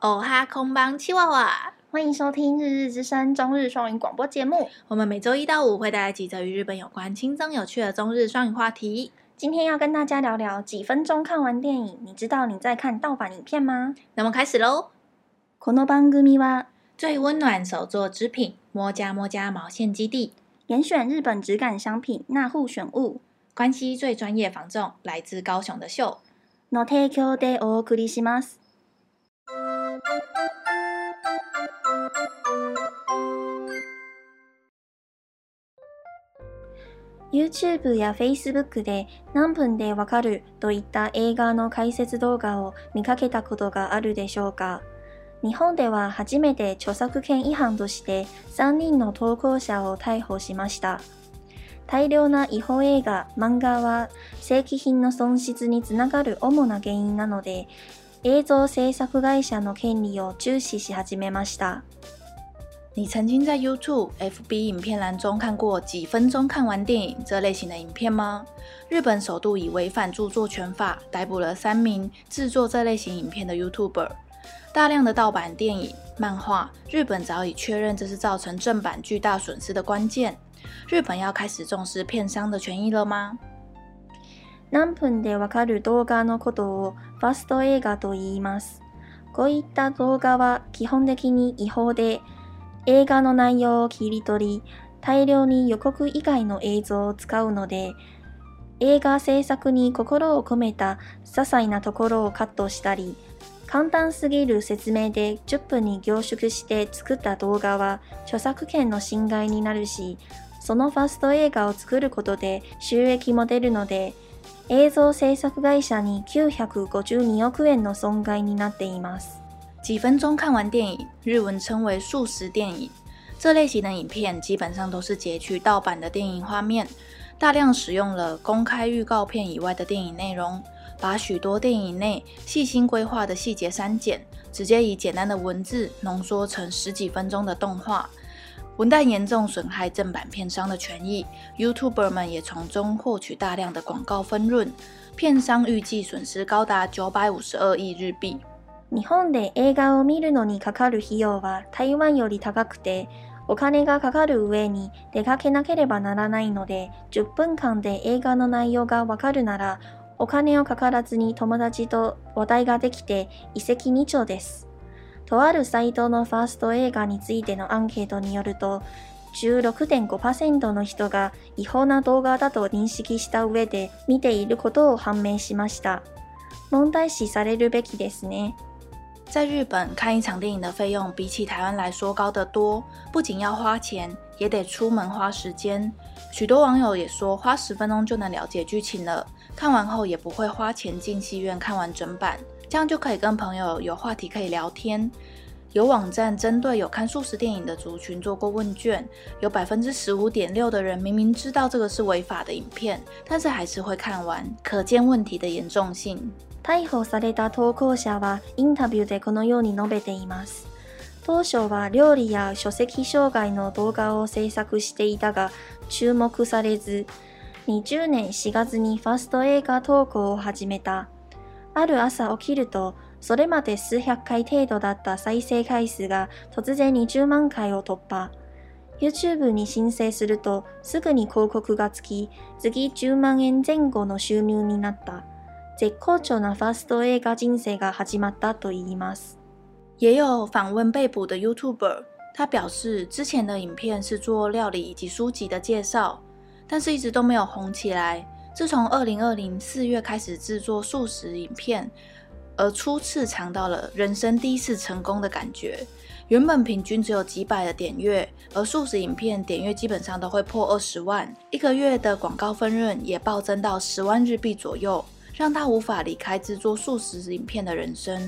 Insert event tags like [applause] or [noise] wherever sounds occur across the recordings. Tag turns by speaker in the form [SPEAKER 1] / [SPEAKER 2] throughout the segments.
[SPEAKER 1] 哦哈空邦七娃娃。
[SPEAKER 2] 欢迎收听《日日之声》中日双语广播节目。
[SPEAKER 1] 我们每周一到五会带来几则与日本有关、轻松有趣的中日双语话题。
[SPEAKER 2] 今天要跟大家聊聊几分钟看完电影，你知道你在看盗版影片吗？
[SPEAKER 1] 那么开始喽！
[SPEAKER 2] この番組は
[SPEAKER 1] 最温暖手作织品——摸家摸家毛线基地，
[SPEAKER 2] 严选日本质感商品那户选物
[SPEAKER 1] 关西最专业防重，来自高雄的秀。
[SPEAKER 2] の提供でお送りします。YouTube や Facebook で何分でわかるといった映画の解説動画を見かけたことがあるでしょうか日本では初めて著作権違反として3人の投稿者を逮捕しました大量な違法映画漫画は正規品の損失につながる主な原因なので映像制作会社の権利を重視し始めました
[SPEAKER 1] 你曾经在 YouTube、FB 影片栏中看过几分钟看完电影这类型的影片吗？日本首度以违反著作权法逮捕了三名制作这类型影片的 YouTuber。大量的盗版电影、漫画，日本早已确认这是造成正版巨大损失的关键。日本要开始重视片商的权益了吗？
[SPEAKER 2] 何分でわかる動画のことをファスト映画と言います。こういった動画は基本的に違法で、映画の内容を切り取り、大量に予告以外の映像を使うので、映画制作に心を込めた些細なところをカットしたり、簡単すぎる説明で10分に凝縮して作った動画は著作権の侵害になるし、そのファスト映画を作ることで収益も出るので、映像制作会社に952億円の損害になっています。
[SPEAKER 1] 几分钟看完电影，日文称为速食电影。这类型的影片基本上都是截取盗版的电影画面，大量使用了公开预告片以外的电影内容，把许多电影内细心规划的细节删减，直接以简单的文字浓缩成十几分钟的动画。不但严重损害正版片商的权益，YouTuber 们也从中获取大量的广告分润，片商预计损失高达九百五十二亿日币。
[SPEAKER 2] 日本で映画を見るのにかかる費用は台湾より高くて、お金がかかる上に出かけなければならないので、10分間で映画の内容がわかるなら、お金をかからずに友達と話題ができて一石二鳥です。とあるサイトのファースト映画についてのアンケートによると、16.5%の人が違法な動画だと認識した上で見ていることを判明しました。問題視されるべきですね。
[SPEAKER 1] 在日本看一场电影的费用比起台湾来说高得多，不仅要花钱，也得出门花时间。许多网友也说，花十分钟就能了解剧情了，看完后也不会花钱进戏院看完整版，这样就可以跟朋友有话题可以聊天。有网站针对有看素食电影的族群做过问卷，有百分之十五点六的人明明知道这个是违法的影片，但是还是会看完，可见问题的严重性。
[SPEAKER 2] 逮捕された投稿者はインタビューでこのように述べています。当初は料理や書籍障害の動画を制作していたが注目されず、20年4月にファスト映画投稿を始めた。ある朝起きると、それまで数百回程度だった再生回数が突然20万回を突破。YouTube に申請するとすぐに広告がつき、次10万円前後の収入になった。絶好調なファースト映画人生が始まったと言います。
[SPEAKER 1] 也有访问被捕的 YouTuber，他表示之前的影片是做料理以及书籍的介绍，但是一直都没有红起来。自从2020四月开始制作素食影片，而初次尝到了人生第一次成功的感觉。原本平均只有几百的点阅，而素食影片点阅基本上都会破二十万，一个月的广告分润也暴增到十万日币左右，让他无法离开制作素食影片的人生。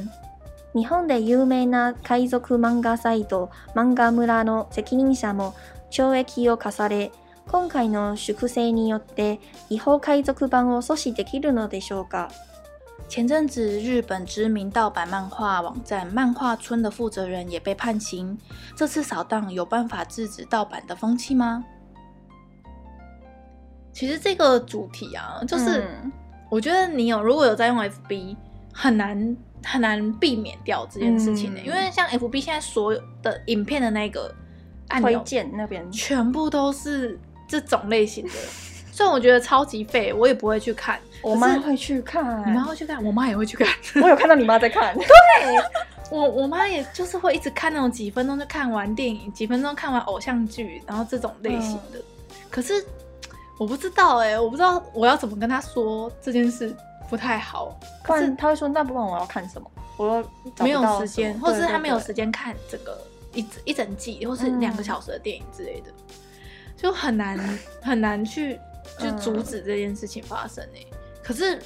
[SPEAKER 2] 日本で有名な海賊漫画サイト漫画村の責任者も懲役を課され、今回の粛清によって違法海賊版を阻止できるのでしょうか
[SPEAKER 1] 前阵子，日本知名盗版漫画网站漫画村的负责人也被判刑。这次扫荡有办法制止盗版的风气吗？
[SPEAKER 3] 其实这
[SPEAKER 2] 嗯
[SPEAKER 3] 个主题啊，就是我觉得你有如果有在用 FB，很难
[SPEAKER 1] 很难避免掉这件事情的、
[SPEAKER 2] 嗯
[SPEAKER 1] 因为像 FB 现在所有的影片的那个按钮
[SPEAKER 2] 推，荐那边
[SPEAKER 1] 全部都是这种类型的， [laughs] 虽然我觉得超级废，我也不会去看。
[SPEAKER 2] 我妈会去看，
[SPEAKER 1] 你妈会去看， [laughs] 我妈也会去看。
[SPEAKER 2] 我有看到你妈在看，
[SPEAKER 1] 我我妈也就是会一直看那种几分钟就看完电影，几分钟看完偶像剧，然后这种类型的。可是我不知道哎、我不知道我要怎么跟她说这件事不太好，
[SPEAKER 2] [laughs] 不
[SPEAKER 1] 可是
[SPEAKER 2] 然她会说那不然我要看什么，我找不到
[SPEAKER 1] 没有时
[SPEAKER 2] 什么
[SPEAKER 1] 间，或者是她没有。
[SPEAKER 2] 对对
[SPEAKER 1] 时间看这个一整一整季或是
[SPEAKER 2] 嗯
[SPEAKER 1] 两个小时的电影之类的，就很
[SPEAKER 2] [laughs]
[SPEAKER 1] 难很难去就阻止这件事情发生哎、可是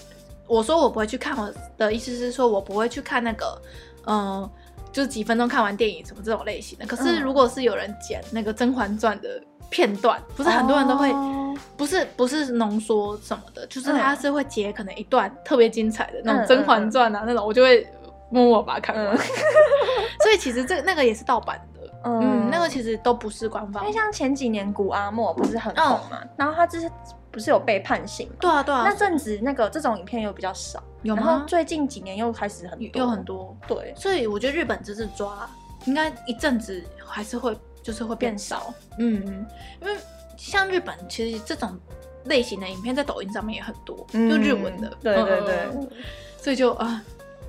[SPEAKER 1] 我说我不会去看，我的意思是说我不会去看那个，嗯、就是几分钟看完电影什么这种类型的。可是
[SPEAKER 2] 嗯
[SPEAKER 1] 如果是有人剪那个《甄嬛传》的片段，不是很多人都会，
[SPEAKER 2] 哦
[SPEAKER 1] 不是不是浓缩什么的，就是
[SPEAKER 2] 嗯
[SPEAKER 1] 他是会截可能一段特别精彩的那种
[SPEAKER 2] 嗯
[SPEAKER 1] 《甄嬛传》啊那种，我就会默默把它看 [laughs] 完。
[SPEAKER 2] 嗯
[SPEAKER 1] 所以其实这那个也是盗版的，嗯，哎那个其实都不是官
[SPEAKER 2] 因
[SPEAKER 1] 方
[SPEAKER 2] 为。像前几年古阿莫不是很红
[SPEAKER 1] 嗯
[SPEAKER 2] 嘛，然后他就是不是有被判刑嘛，
[SPEAKER 1] 对啊对啊，
[SPEAKER 2] 那阵子那个这种影片又比较少，
[SPEAKER 1] 有
[SPEAKER 2] 然后
[SPEAKER 1] 吗？
[SPEAKER 2] 最近几年又开始很多，
[SPEAKER 1] 有很，多，
[SPEAKER 2] 对，
[SPEAKER 1] 所以我觉得日本这次抓，应该一阵子还是会就是会变少。嗯嗯，因为像日本其实这种类型的影片在抖音上面也很多，就日文的。
[SPEAKER 2] 对
[SPEAKER 1] 嗯
[SPEAKER 2] 对
[SPEAKER 1] 嗯嗯
[SPEAKER 2] 对，
[SPEAKER 1] 所以就啊，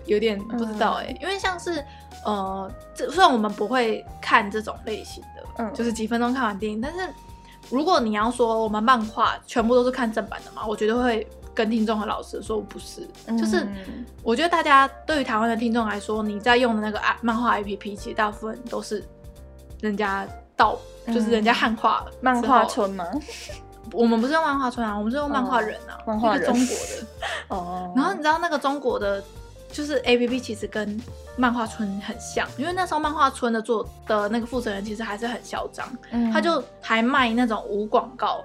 [SPEAKER 1] 有点不知道哎、因为像是呃，这虽然我们不会看这种类型的，
[SPEAKER 2] 嗯
[SPEAKER 1] 就是几分钟看完电影，但是如果你要说我们漫画全部都是看正版的嘛，我觉得会跟听众和老师说不是，就是
[SPEAKER 2] 嗯
[SPEAKER 1] 我觉得大家对于台湾的听众来说，你在用的那个 app- 漫画 APP，其实大部分都是人家盗，就是人家汉化之后、
[SPEAKER 2] 漫画村吗？
[SPEAKER 1] 我们不是用漫画村啊，我们是用漫画人啊，
[SPEAKER 2] 哦漫画人
[SPEAKER 1] 一个中国的。
[SPEAKER 2] 哦，
[SPEAKER 1] 然后你知道那个中国的，就是 A P P 其实跟漫画村很像，因为那时候漫画村的做的那个负责人其实还是很嚣张，
[SPEAKER 2] 嗯
[SPEAKER 1] 他就还卖那种无广告，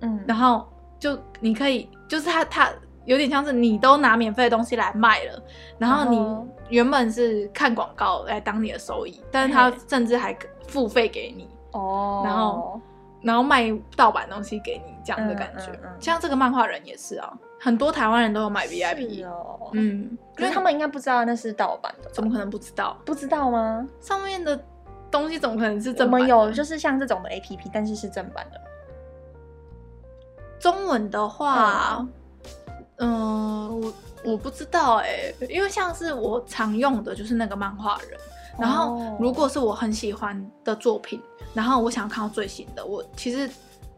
[SPEAKER 2] 嗯，
[SPEAKER 1] 然后就你可以，就是他他有点像是你都拿免费的东西来卖了，然后
[SPEAKER 2] 哦
[SPEAKER 1] 你原本是看广告来当你的收益，但是他
[SPEAKER 2] 嘿
[SPEAKER 1] 甚至还付费给你。
[SPEAKER 2] 哦，
[SPEAKER 1] 然后然后卖盗版东西给你，这样的感觉，
[SPEAKER 2] 嗯嗯嗯
[SPEAKER 1] 像这个漫画人也是啊，很多台湾人都有买 VIP，、
[SPEAKER 2] 是哦，嗯，
[SPEAKER 1] 嗯，
[SPEAKER 2] 可是他们应该不知道那是盗版的吧，
[SPEAKER 1] 怎么可能不知道？
[SPEAKER 2] 不知道吗？
[SPEAKER 1] 上面的东西怎么可能是
[SPEAKER 2] 我
[SPEAKER 1] 正版
[SPEAKER 2] 们
[SPEAKER 1] 的？
[SPEAKER 2] 有就是像这种的 A P P，但是是正版的，
[SPEAKER 1] 中文的话，嗯、我我不知道哎、因为像是我常用的就是那个漫画人，然后
[SPEAKER 2] 哦
[SPEAKER 1] 如果是我很喜欢的作品，然后我想看到最新的，我其实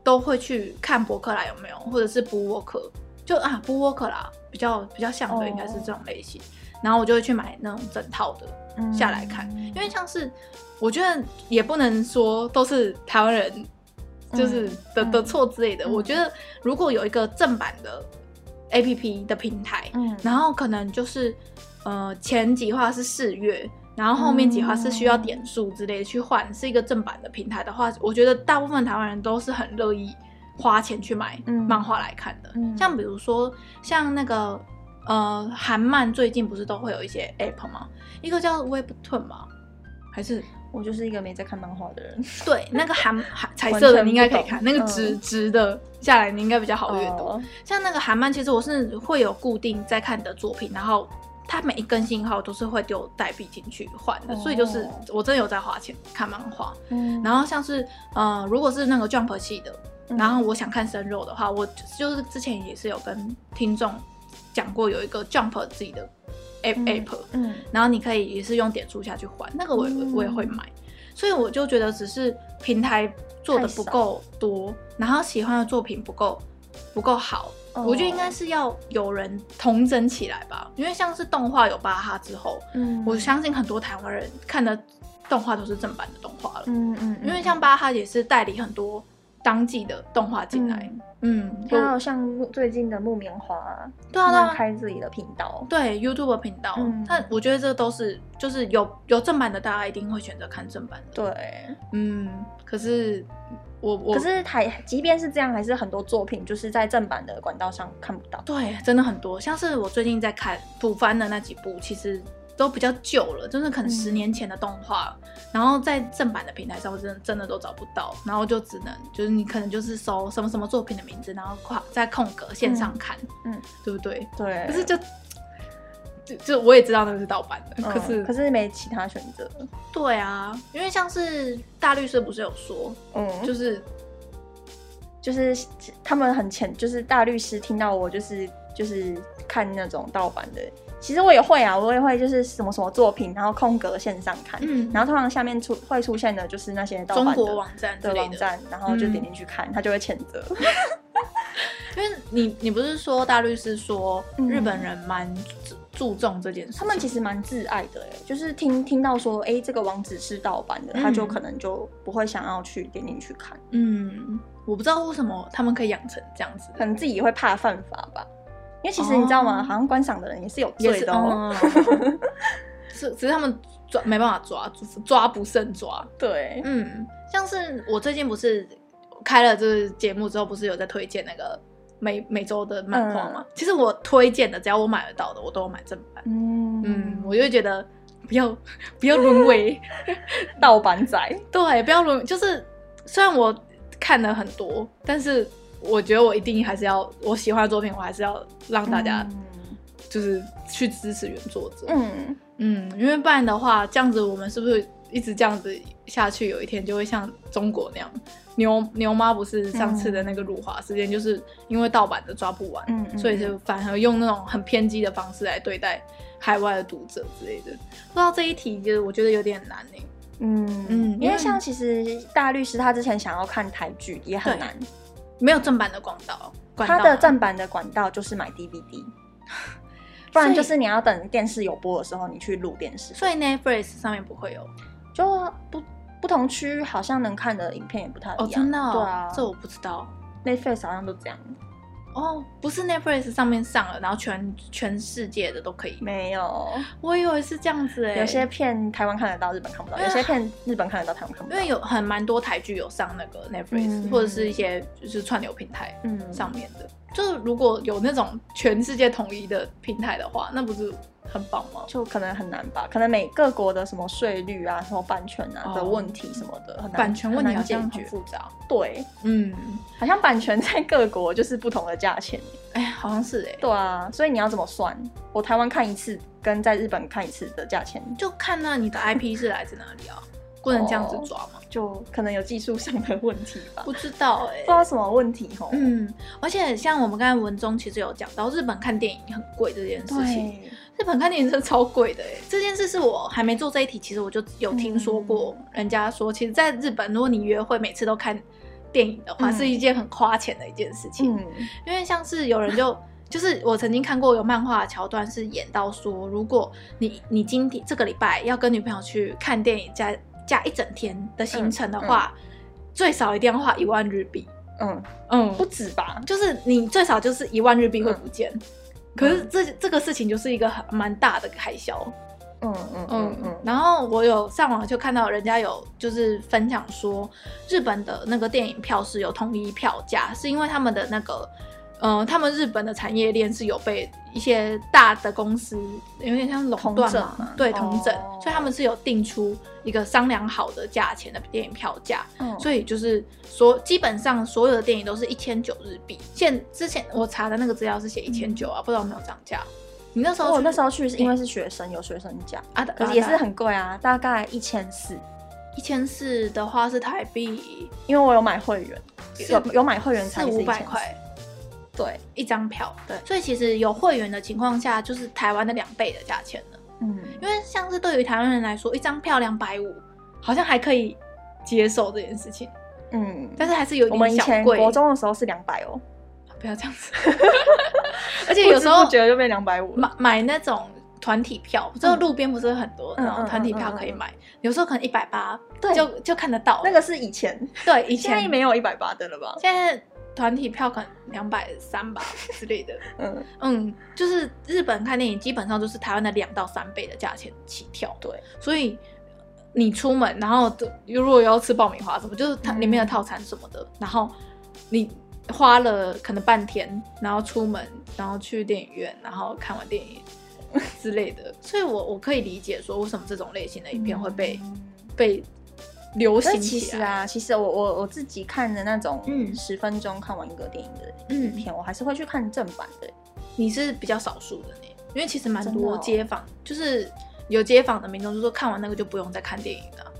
[SPEAKER 1] 都会去看博客来有没有，或者是布沃克，就啊布沃克啦，比较比较像的
[SPEAKER 2] 哦
[SPEAKER 1] 应该是这种类型，然后我就会去买那种整套的，
[SPEAKER 2] 嗯
[SPEAKER 1] 下来看，因为像是我觉得也不能说都是台湾人就是的、
[SPEAKER 2] 嗯
[SPEAKER 1] 的错之类的。
[SPEAKER 2] 嗯
[SPEAKER 1] 我觉得如果有一个正版的 A P P 的平台，
[SPEAKER 2] 嗯，
[SPEAKER 1] 然后可能就是呃前几话是试阅，然后后面几话是需要点数之类的去换，是一个正版的平台的话，我觉得大部分台湾人都是很乐意花钱去买
[SPEAKER 2] 嗯
[SPEAKER 1] 漫画来看的。
[SPEAKER 2] 嗯
[SPEAKER 1] 像比如说像那个呃韩漫最近不是都会有一些 app 吗？一个叫 Webtoon 吗？还是
[SPEAKER 2] 我就是一个没在看漫画的人，
[SPEAKER 1] 对那个韩韩彩色的你应该可以看，
[SPEAKER 2] 完
[SPEAKER 1] 那
[SPEAKER 2] 全不懂
[SPEAKER 1] 个直、直的下来你应该比较好阅读。
[SPEAKER 2] 哦
[SPEAKER 1] 像那个韩漫，其实我是会有固定在看的作品，然后它每一更新后都是会丢代币进去换的，
[SPEAKER 2] 哦
[SPEAKER 1] 所以就是我真的有在花钱看漫画。
[SPEAKER 2] 嗯
[SPEAKER 1] 然后像是呃，如果是那个 Jump 系的，
[SPEAKER 2] 嗯
[SPEAKER 1] 然后我想看生肉的话，我就是之前也是有跟听众讲过有一个 Jump 自己的 app、
[SPEAKER 2] 嗯
[SPEAKER 1] app，
[SPEAKER 2] 嗯
[SPEAKER 1] 然后你可以也是用点数下去换，那个我也、
[SPEAKER 2] 嗯
[SPEAKER 1] 我也会买，所以我就觉得只是平台做的不够多，然后喜欢的作品不够不够好，
[SPEAKER 2] 哦
[SPEAKER 1] 我觉得应该是要有人统整起来吧，因为像是动画有巴哈之后，
[SPEAKER 2] 嗯
[SPEAKER 1] 我相信很多台湾人看的动画都是正版的动画了，
[SPEAKER 2] 嗯嗯，嗯
[SPEAKER 1] 因为像巴哈也是代理很多当季的动画进来，
[SPEAKER 2] 嗯
[SPEAKER 1] 嗯，
[SPEAKER 2] 还
[SPEAKER 1] 有
[SPEAKER 2] 有像木最近的木棉花啊，
[SPEAKER 1] 对啊对
[SPEAKER 2] 他们
[SPEAKER 1] 啊，
[SPEAKER 2] 开自己的频道，
[SPEAKER 1] 对 YouTube 频道，
[SPEAKER 2] 嗯
[SPEAKER 1] 但我觉得这都是就是有有正版的，大家一定会选择看正版的。，
[SPEAKER 2] 对。
[SPEAKER 1] 嗯，可是我我
[SPEAKER 2] 可是台，即便是这样，还是很多作品就是在正版的管道上看不到。
[SPEAKER 1] 对，真的很多，像是我最近在看补番的那几部，其实都比较旧了，真的可能
[SPEAKER 2] 嗯
[SPEAKER 1] 十年前的动画，然后在正版的平台上，我真的真的都找不到，然后就只能就是你可能就是搜什么什么作品的名字，然后跨在空格线上看，
[SPEAKER 2] 嗯嗯
[SPEAKER 1] 对不对？
[SPEAKER 2] 对，
[SPEAKER 1] 可是就
[SPEAKER 3] 就就我也知道那个是盗版的，
[SPEAKER 2] 嗯
[SPEAKER 3] 可是
[SPEAKER 2] 可是没其他选择。
[SPEAKER 1] 对啊，因为像是大律师不是有说，
[SPEAKER 2] 嗯，就
[SPEAKER 3] 就是
[SPEAKER 2] 就是他们很浅，就是大律师听到我就是就是看那种盗版的，其实我也会啊，我也会就是什么什么作品，然后空格线上看，
[SPEAKER 1] 嗯
[SPEAKER 2] 然后通常下面出会出现的就是那些盗
[SPEAKER 1] 中
[SPEAKER 2] 版
[SPEAKER 1] 国
[SPEAKER 2] 的。
[SPEAKER 1] 网站之
[SPEAKER 2] 的
[SPEAKER 1] 类
[SPEAKER 2] 网
[SPEAKER 1] 的，嗯
[SPEAKER 2] 站，然后就点进去看，他就会谴责。 [laughs]
[SPEAKER 1] 因为你你不是说大律师说
[SPEAKER 2] 嗯
[SPEAKER 1] 日本人蛮注注重这件事情，
[SPEAKER 2] 他们其实蛮自爱的，哎，就是听听到说，哎，这个网址是盗版的，他就
[SPEAKER 1] 嗯
[SPEAKER 2] 可能就不会想要去点进去看，
[SPEAKER 1] 嗯，我不知道为什么他们可以养成这样子，
[SPEAKER 2] 可能自己会怕犯法吧。因为其实你知道吗？
[SPEAKER 1] 哦
[SPEAKER 2] 好像观赏的人也是有
[SPEAKER 1] 也
[SPEAKER 2] 罪
[SPEAKER 1] 是
[SPEAKER 2] 的哦。
[SPEAKER 1] 嗯 [laughs] 是只是他们抓没办法抓抓不胜抓，
[SPEAKER 2] 对，
[SPEAKER 1] 嗯，像是我最近不是开了这个节目之后，不是有在推荐那个每每周的漫画嘛？其实我推荐的，只要我买得到的，我都有买正版。
[SPEAKER 2] 嗯
[SPEAKER 1] 嗯，我就会觉得不要 [laughs] 不要沦为
[SPEAKER 2] 盗版仔，
[SPEAKER 1] 对，不要沦就是虽然我看了很多，但是我觉得我一定还是要我喜欢的作品，我还是要让大家就是去支持原作者。
[SPEAKER 2] 嗯，
[SPEAKER 1] 嗯，因为不然的话，这样子我们是不是一直这样子下去，有一天就会像中国那样？牛牛妈不是上次的那个辱华事件，就是因为盗版的抓不完，
[SPEAKER 2] 嗯嗯嗯，
[SPEAKER 1] 所以就反而用那种很偏激的方式来对待海外的读者之类的。不知道这一题，就是我觉得有点难欸呢、
[SPEAKER 2] 嗯
[SPEAKER 1] 嗯
[SPEAKER 2] 嗯，因
[SPEAKER 1] 因为
[SPEAKER 2] 为像其实大律师他之前想要看台剧也很难，
[SPEAKER 1] 没有正版的广告，管道
[SPEAKER 2] 他
[SPEAKER 1] 啊
[SPEAKER 2] 的正版的管道就是买 [laughs] DVD，不然
[SPEAKER 1] 所以
[SPEAKER 2] 就是你要等电视有播的时候你去录电视，
[SPEAKER 1] 所以 Netflix 上面不会有
[SPEAKER 2] 就不不同区域好像能看的影片也不太一样，
[SPEAKER 1] 哦，真的、哦，
[SPEAKER 2] 对啊，
[SPEAKER 1] 这我不知道。
[SPEAKER 2] Netflix 好像都这样，
[SPEAKER 1] 哦，不是 Netflix 上面上了，然后全全世界的都可以。
[SPEAKER 2] 没有，
[SPEAKER 1] 我以为是这样子哎、
[SPEAKER 2] 有些片台湾看得到，日本看不
[SPEAKER 1] [laughs]
[SPEAKER 2] 到；
[SPEAKER 1] 因为
[SPEAKER 2] 有些片日本看得到，台湾看不
[SPEAKER 1] 因
[SPEAKER 2] 到。
[SPEAKER 1] 为有很蛮多台剧有上那个 Netflix、
[SPEAKER 2] 嗯
[SPEAKER 1] 或者是一些就是串流平台
[SPEAKER 2] 嗯
[SPEAKER 1] 上面的，就是如果有那种全世界统一的平台的话，那不是很棒吗？
[SPEAKER 2] 就可能很难吧，可能每各国的什么税率啊、什么版权啊
[SPEAKER 1] 哦
[SPEAKER 2] 的问题什么的，很难
[SPEAKER 1] 版权问题
[SPEAKER 2] 啊很
[SPEAKER 1] 要
[SPEAKER 2] 难
[SPEAKER 1] 解
[SPEAKER 2] 解
[SPEAKER 1] 决，
[SPEAKER 2] 决。
[SPEAKER 1] 复杂。
[SPEAKER 2] 对，
[SPEAKER 1] 嗯，
[SPEAKER 2] 好像版权在各国就是不同的价钱。
[SPEAKER 1] 哎、好像是哎、
[SPEAKER 2] 对啊，所以你要怎么算？我台湾看一次跟在日本看一次的价钱，
[SPEAKER 1] 就看那你的 IP 是来自哪里啊，不能这样子抓吗？
[SPEAKER 2] 就可能有技术上的问题吧，
[SPEAKER 1] 不知道哎、
[SPEAKER 2] 不知道什么问题吼。，
[SPEAKER 1] 嗯，而且像我们刚才文中其实有讲到，日本看电影很贵这件事情，
[SPEAKER 2] 对，
[SPEAKER 1] 日本看电影真的超贵的哎，这件事是我还没做这一题，其实我就有听说过人家说，其实在日本，如果你约会每次都看电影的话，
[SPEAKER 2] 嗯
[SPEAKER 1] 是一件很花钱的一件事情，
[SPEAKER 2] 嗯
[SPEAKER 1] 因为像是有人就。就是我曾经看过有漫画的桥段，是演到说，如果你你今天这个礼拜要跟女朋友去看电影加加一整天的行程的话，最少一定要花一万日币。
[SPEAKER 2] 嗯，
[SPEAKER 1] 嗯，
[SPEAKER 2] 不止吧？
[SPEAKER 1] 就是你最少就是一万日币会
[SPEAKER 2] 嗯
[SPEAKER 1] 不见。可是这这个事情就是一个很蛮大的开销，
[SPEAKER 2] 嗯嗯嗯嗯，
[SPEAKER 1] 然后我有上网就看到人家有就是分享说，日本的那个电影票是有统一票价，是因为他们的那个，呃，他们日本的产业链是有被一些大的公司有点像垄断
[SPEAKER 2] 统整
[SPEAKER 1] 嘛，
[SPEAKER 2] 嘛
[SPEAKER 1] 对，统整，
[SPEAKER 2] 哦
[SPEAKER 1] 所以他们是有定出一个商量好的价钱的电影票价，
[SPEAKER 2] 嗯
[SPEAKER 1] 所以就是所基本上所有的电影都是一千九日币。现之前我查的那个资料是写一千九啊，不知道有没有涨价。你那时候
[SPEAKER 2] 我
[SPEAKER 1] 去
[SPEAKER 2] 哦那时候去是因为是学生，有学生价，
[SPEAKER 1] 啊，
[SPEAKER 2] 可是也是很贵啊，大概一千四。
[SPEAKER 1] 一千四的话是台币
[SPEAKER 2] 因为我有买会员，
[SPEAKER 1] 是
[SPEAKER 2] 有有买会员才
[SPEAKER 1] 四
[SPEAKER 2] 是
[SPEAKER 1] 五百
[SPEAKER 2] 1400
[SPEAKER 1] 块
[SPEAKER 2] 对，
[SPEAKER 1] 一张票，
[SPEAKER 2] 对
[SPEAKER 1] 所以其实有会员的情况下，就是台湾的两倍的价钱了。
[SPEAKER 2] 嗯，
[SPEAKER 1] 因为像是对于台湾人来说，一张票两百五，好像还可以接受这件事情，
[SPEAKER 2] 嗯，
[SPEAKER 1] 但是还是有一
[SPEAKER 2] 我们
[SPEAKER 1] 点
[SPEAKER 2] 以
[SPEAKER 1] 小
[SPEAKER 2] 前
[SPEAKER 1] 贵。
[SPEAKER 2] 国中的时候是两百哦，
[SPEAKER 1] 不要这样子， [laughs] 而且有时候
[SPEAKER 2] 不知不觉就变两百五了
[SPEAKER 1] 买。买那种团体票，这路边不是很多
[SPEAKER 2] 嗯
[SPEAKER 1] 那种团体票可以买，有时候可能一百八，
[SPEAKER 2] 对
[SPEAKER 1] 就就看得到了。
[SPEAKER 2] 那个是以前，
[SPEAKER 1] 对以
[SPEAKER 2] 现在
[SPEAKER 1] 前
[SPEAKER 2] 没有一百八的了吧？
[SPEAKER 1] 现在团体票可能两百三吧之类的。
[SPEAKER 2] 嗯，
[SPEAKER 1] 嗯，就是日本看电影基本上就是台湾的两到三倍的价钱起跳，
[SPEAKER 2] 对，
[SPEAKER 1] 所以。你出门，然后如果要吃爆米花什么，就是它
[SPEAKER 2] 嗯
[SPEAKER 1] 里面的套餐什么的，然后你花了可能半天，然后出门，然后去电影院，然后看完电
[SPEAKER 2] [laughs]
[SPEAKER 1] 影之类的，所以我我可以理解说为什么这种类型的影片会被、被流
[SPEAKER 2] 所
[SPEAKER 1] 行
[SPEAKER 2] 以嗯其
[SPEAKER 1] 起
[SPEAKER 2] 实
[SPEAKER 1] 来。
[SPEAKER 2] 啊，其实我我我自己看的那种，
[SPEAKER 1] 嗯
[SPEAKER 2] 嗯，十分钟看完一个电影的
[SPEAKER 1] 嗯
[SPEAKER 2] 片，我还是会去看正版的。
[SPEAKER 1] 你是比较少数的呢，因为其实蛮
[SPEAKER 4] 真的
[SPEAKER 1] 多
[SPEAKER 4] 哦
[SPEAKER 1] 街访，就是有街访的民众就说看完那个就不用再看电影了。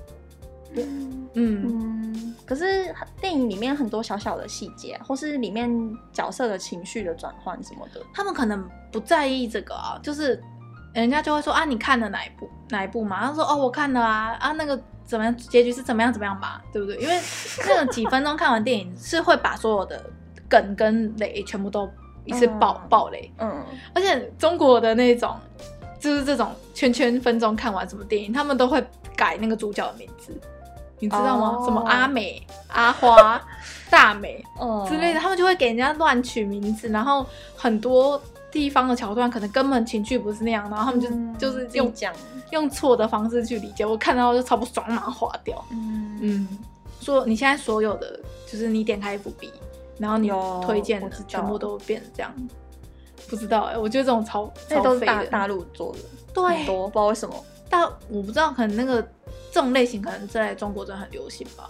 [SPEAKER 1] 嗯，
[SPEAKER 2] 嗯，可是电影里面很多小小的细节啊、或是里面角色的情绪的转换什么的，
[SPEAKER 1] 他们可能不在意这个啊，就是人家就会说啊，你看了哪一部哪一部嘛？他说哦，我看了啊啊，那个怎么样，结局是怎么样怎么样吧，对不对？因为那个几分钟看完电影是会把所有的梗跟雷全部都一次爆、
[SPEAKER 2] 嗯
[SPEAKER 1] 爆雷，
[SPEAKER 2] 嗯，
[SPEAKER 1] 而且中国的那种，就是这种圈圈分钟看完什么电影，他们都会改那个主角的名字，你知道吗
[SPEAKER 2] 哦
[SPEAKER 1] 什么阿
[SPEAKER 2] [laughs]
[SPEAKER 1] 美、阿花、大美
[SPEAKER 2] 哦
[SPEAKER 1] 之类的，他们就会给人家乱取名字，然后很多地方的桥段可能根本情绪不是那样，然后他们就、
[SPEAKER 2] 嗯
[SPEAKER 1] 就是
[SPEAKER 2] 自己
[SPEAKER 1] 用
[SPEAKER 2] 讲，
[SPEAKER 1] 用错的方式去理解，我看到就超不爽，马上划掉。
[SPEAKER 2] 嗯，
[SPEAKER 1] 嗯，说你现在所有的，就是你点开 FB，然后你
[SPEAKER 2] 有
[SPEAKER 1] 推荐
[SPEAKER 2] 我
[SPEAKER 1] 的
[SPEAKER 2] 知道
[SPEAKER 1] 全部都变成这样。不知道哎、我觉得这种超
[SPEAKER 2] 那
[SPEAKER 1] 超
[SPEAKER 2] 都是
[SPEAKER 1] 废
[SPEAKER 2] 大
[SPEAKER 1] 的，
[SPEAKER 2] 大陆做的，很
[SPEAKER 1] 对，
[SPEAKER 2] 多不知道为什么，
[SPEAKER 1] 但我不知道，可能那个这种类型可能在中国真的很流行吧，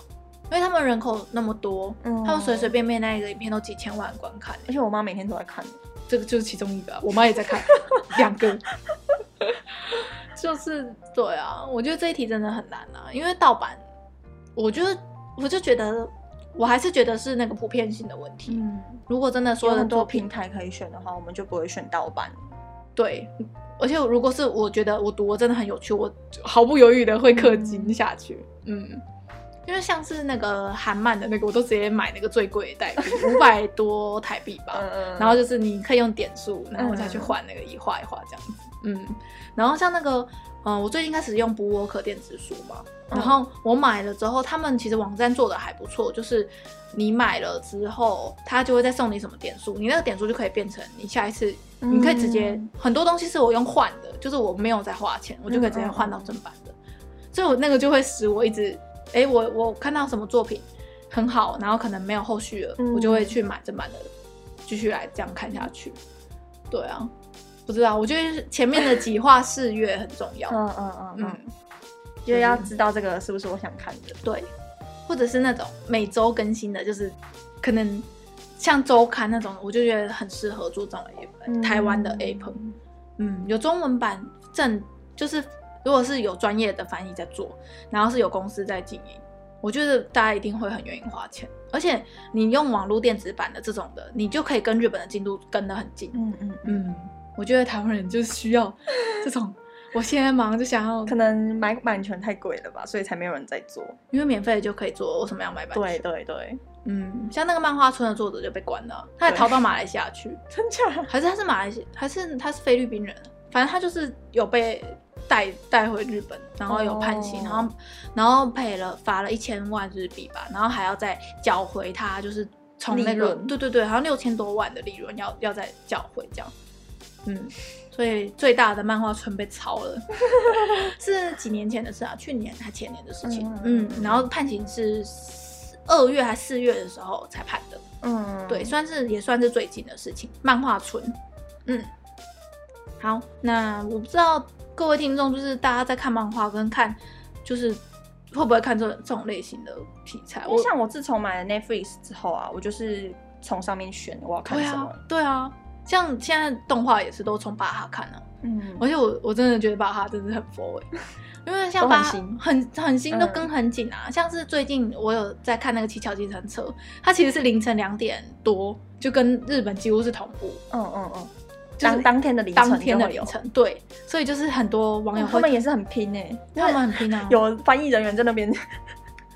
[SPEAKER 1] 因为他们人口那么多，
[SPEAKER 2] 嗯
[SPEAKER 1] 他们随随便便那一个影片都几千万观看、欸
[SPEAKER 2] 而且我妈每天都在看，
[SPEAKER 1] 这个就是其中一个啊、我妈也在
[SPEAKER 2] [laughs]
[SPEAKER 1] 看两个， [laughs] 就是对啊，我觉得这一题真的很难啊，因为盗版，我觉得我就觉得我还是觉得是那个普遍性的问题。
[SPEAKER 2] 嗯，
[SPEAKER 1] 如果真的所
[SPEAKER 2] 有
[SPEAKER 1] 有的
[SPEAKER 2] 很多
[SPEAKER 1] 作品
[SPEAKER 2] 平台可以选的话，我们就不会选盗版，
[SPEAKER 1] 对，而且如果是我觉得我读我真的很有趣，我毫不犹豫的会氪金下去，嗯。因为像是那个韩漫的那个，我都直接买那个最贵的代币，五百多台币吧。
[SPEAKER 2] 嗯
[SPEAKER 1] 然后就是你可以用点数，然后再去换那个一画一画这样子。嗯，然后像那个，呃，我最近开始用补我可电子书嘛，
[SPEAKER 2] 嗯
[SPEAKER 1] 然后我买了之后，他们其实网站做的还不错，就是你买了之后，他就会再送你什么点数，你那个点数就可以变成你下一次，
[SPEAKER 2] 嗯
[SPEAKER 1] 你可以直接很多东西是我用换的，就是我没有再花钱，我就可以直接换到正版的，所以我那个就会使我一直，哎，我我看到什么作品很好，然后可能没有后续了，
[SPEAKER 2] 嗯
[SPEAKER 1] 我就会去买正版的，继续来这样看下去。对啊，不知道，我觉得前面的几话试阅很重要。
[SPEAKER 2] 嗯嗯嗯
[SPEAKER 1] 嗯
[SPEAKER 2] 嗯，，就要知道这个是不是我想看的，
[SPEAKER 1] 对，或者是那种每周更新的，就是可能像周刊那种，我就觉得很适合做这种 app，、
[SPEAKER 2] 嗯
[SPEAKER 1] 台湾的 app，嗯，有中文版正就是如果是有专业的翻译在做，然后是有公司在经营，我觉得大家一定会很愿意花钱，而且你用网络电子版的这种的，你就可以跟日本的进度跟得很近。
[SPEAKER 2] 嗯嗯嗯，
[SPEAKER 1] 嗯，我觉得台湾人就是需 [laughs] 要这种，我现在忙就想要，
[SPEAKER 2] 可能买版权太贵了吧，所以才没有人在做，
[SPEAKER 1] 因为免费的就可以做，为什么要买版
[SPEAKER 2] 对
[SPEAKER 1] 权？
[SPEAKER 2] 对对，
[SPEAKER 1] 嗯，像那个漫画村的作者就被关了，他还
[SPEAKER 2] 对
[SPEAKER 1] 逃到马来西亚去，
[SPEAKER 2] [laughs] 真假？
[SPEAKER 1] 还是他是马来西，还是他是菲律宾人，反正他就是有被带带回日本，然后有判刑
[SPEAKER 2] 哦
[SPEAKER 1] 然后然后赔了罚了一千万日币吧，然后还要再缴回他就是从那
[SPEAKER 2] 利
[SPEAKER 1] 个
[SPEAKER 2] 润
[SPEAKER 1] 对对对，好像六千多万的利润要要再缴回这样，嗯，所以最大的漫画村被抄
[SPEAKER 2] [laughs]
[SPEAKER 1] 了，是几年前的事啊，去年还前年的事情，
[SPEAKER 2] 嗯
[SPEAKER 1] 嗯，然后判刑是四二月还四月的时候才判的，
[SPEAKER 2] 嗯，
[SPEAKER 1] 对，算是也算是最近的事情，漫画村。嗯，好，那我不知道各位听众，就是大家在看漫画跟看，就是会不会看这这种类型的题材？
[SPEAKER 2] 因
[SPEAKER 1] 我
[SPEAKER 2] 为像我自从买了 Netflix 之后啊，我就是从上面选我要看
[SPEAKER 1] 对
[SPEAKER 2] 什
[SPEAKER 1] 啊
[SPEAKER 2] 么。，
[SPEAKER 1] 对啊，像现在动画也是都从巴哈看啊，
[SPEAKER 2] 嗯，
[SPEAKER 1] 而且我我真的觉得巴哈真的很佛
[SPEAKER 2] [laughs]
[SPEAKER 1] 哎、因为像
[SPEAKER 2] 都很
[SPEAKER 1] 巴哈
[SPEAKER 2] 新
[SPEAKER 1] 很很新都
[SPEAKER 2] 嗯
[SPEAKER 1] 跟很紧啊，像是最近我有在看那个《七巧计程车》，它其实是凌晨两点多，就跟日本几乎是同步，
[SPEAKER 2] 嗯嗯嗯，
[SPEAKER 1] 就是
[SPEAKER 2] 当当天的凌晨
[SPEAKER 1] 当天的
[SPEAKER 2] 就会有
[SPEAKER 1] 凌晨，对，所以就是很多网友
[SPEAKER 2] 哦
[SPEAKER 1] 会，
[SPEAKER 2] 他们也是很拼诶、
[SPEAKER 1] 他们很拼啊，
[SPEAKER 2] 有翻译人员在那边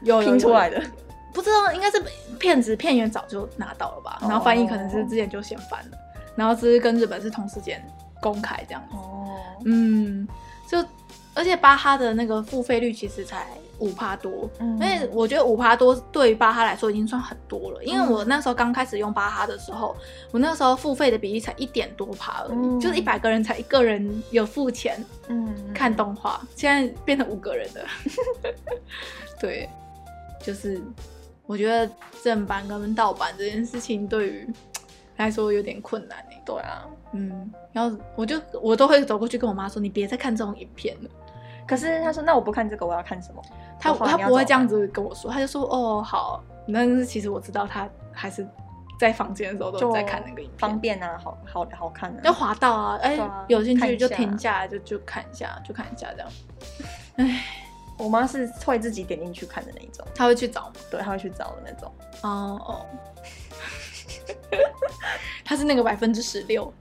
[SPEAKER 1] 有有
[SPEAKER 2] 拼出来，
[SPEAKER 1] 有
[SPEAKER 2] 的。
[SPEAKER 1] 不知道应该是骗子片源早就拿到了吧，
[SPEAKER 2] 哦
[SPEAKER 1] 然后翻译可能是之前就先翻了，然后只是跟日本是同时间公开这样子，
[SPEAKER 2] 哦，
[SPEAKER 1] 嗯，就而且巴哈的那个付费率其实才五趴多，
[SPEAKER 2] 嗯
[SPEAKER 1] 因为我觉得五趴多对于巴哈来说已经算很多了，因
[SPEAKER 2] 嗯
[SPEAKER 1] 为我那时候刚开始用巴哈的时候，我那时候付费的比例才一点多趴而已，
[SPEAKER 2] 嗯
[SPEAKER 1] 就是一百个人才一个人有付钱，
[SPEAKER 2] 嗯
[SPEAKER 1] 看动画，现在变成五个人了。 [laughs] 对，就是我觉得正版跟盗版这件事情对于来说有点困难哎、
[SPEAKER 2] 对啊。
[SPEAKER 1] 嗯，然后我就我都会走过去跟我妈说：“你别再看这种影片了。
[SPEAKER 2] 可是他说，那我不看这个，我要看什么？
[SPEAKER 1] 她
[SPEAKER 2] 我说
[SPEAKER 1] 她
[SPEAKER 2] 你要
[SPEAKER 1] 不会这
[SPEAKER 2] 怎么
[SPEAKER 1] 样子跟我说，她就说：“哦，好。”但是其实我知道她还是在房间的时候都
[SPEAKER 2] 就
[SPEAKER 1] 在看那个影
[SPEAKER 2] 方
[SPEAKER 1] 片，
[SPEAKER 2] 便啊，好好好看啊。
[SPEAKER 1] 要滑到啊，哎、
[SPEAKER 2] 对啊
[SPEAKER 1] 有兴
[SPEAKER 2] 看
[SPEAKER 1] 趣
[SPEAKER 2] 一下
[SPEAKER 1] 就停下来就就看一下，就看一下这样。
[SPEAKER 2] 我妈是会自己点进去看的那一种，
[SPEAKER 1] 他会去找吗？
[SPEAKER 2] 对，她会去找的那种。
[SPEAKER 1] 哦哦，他是那个百分之十六，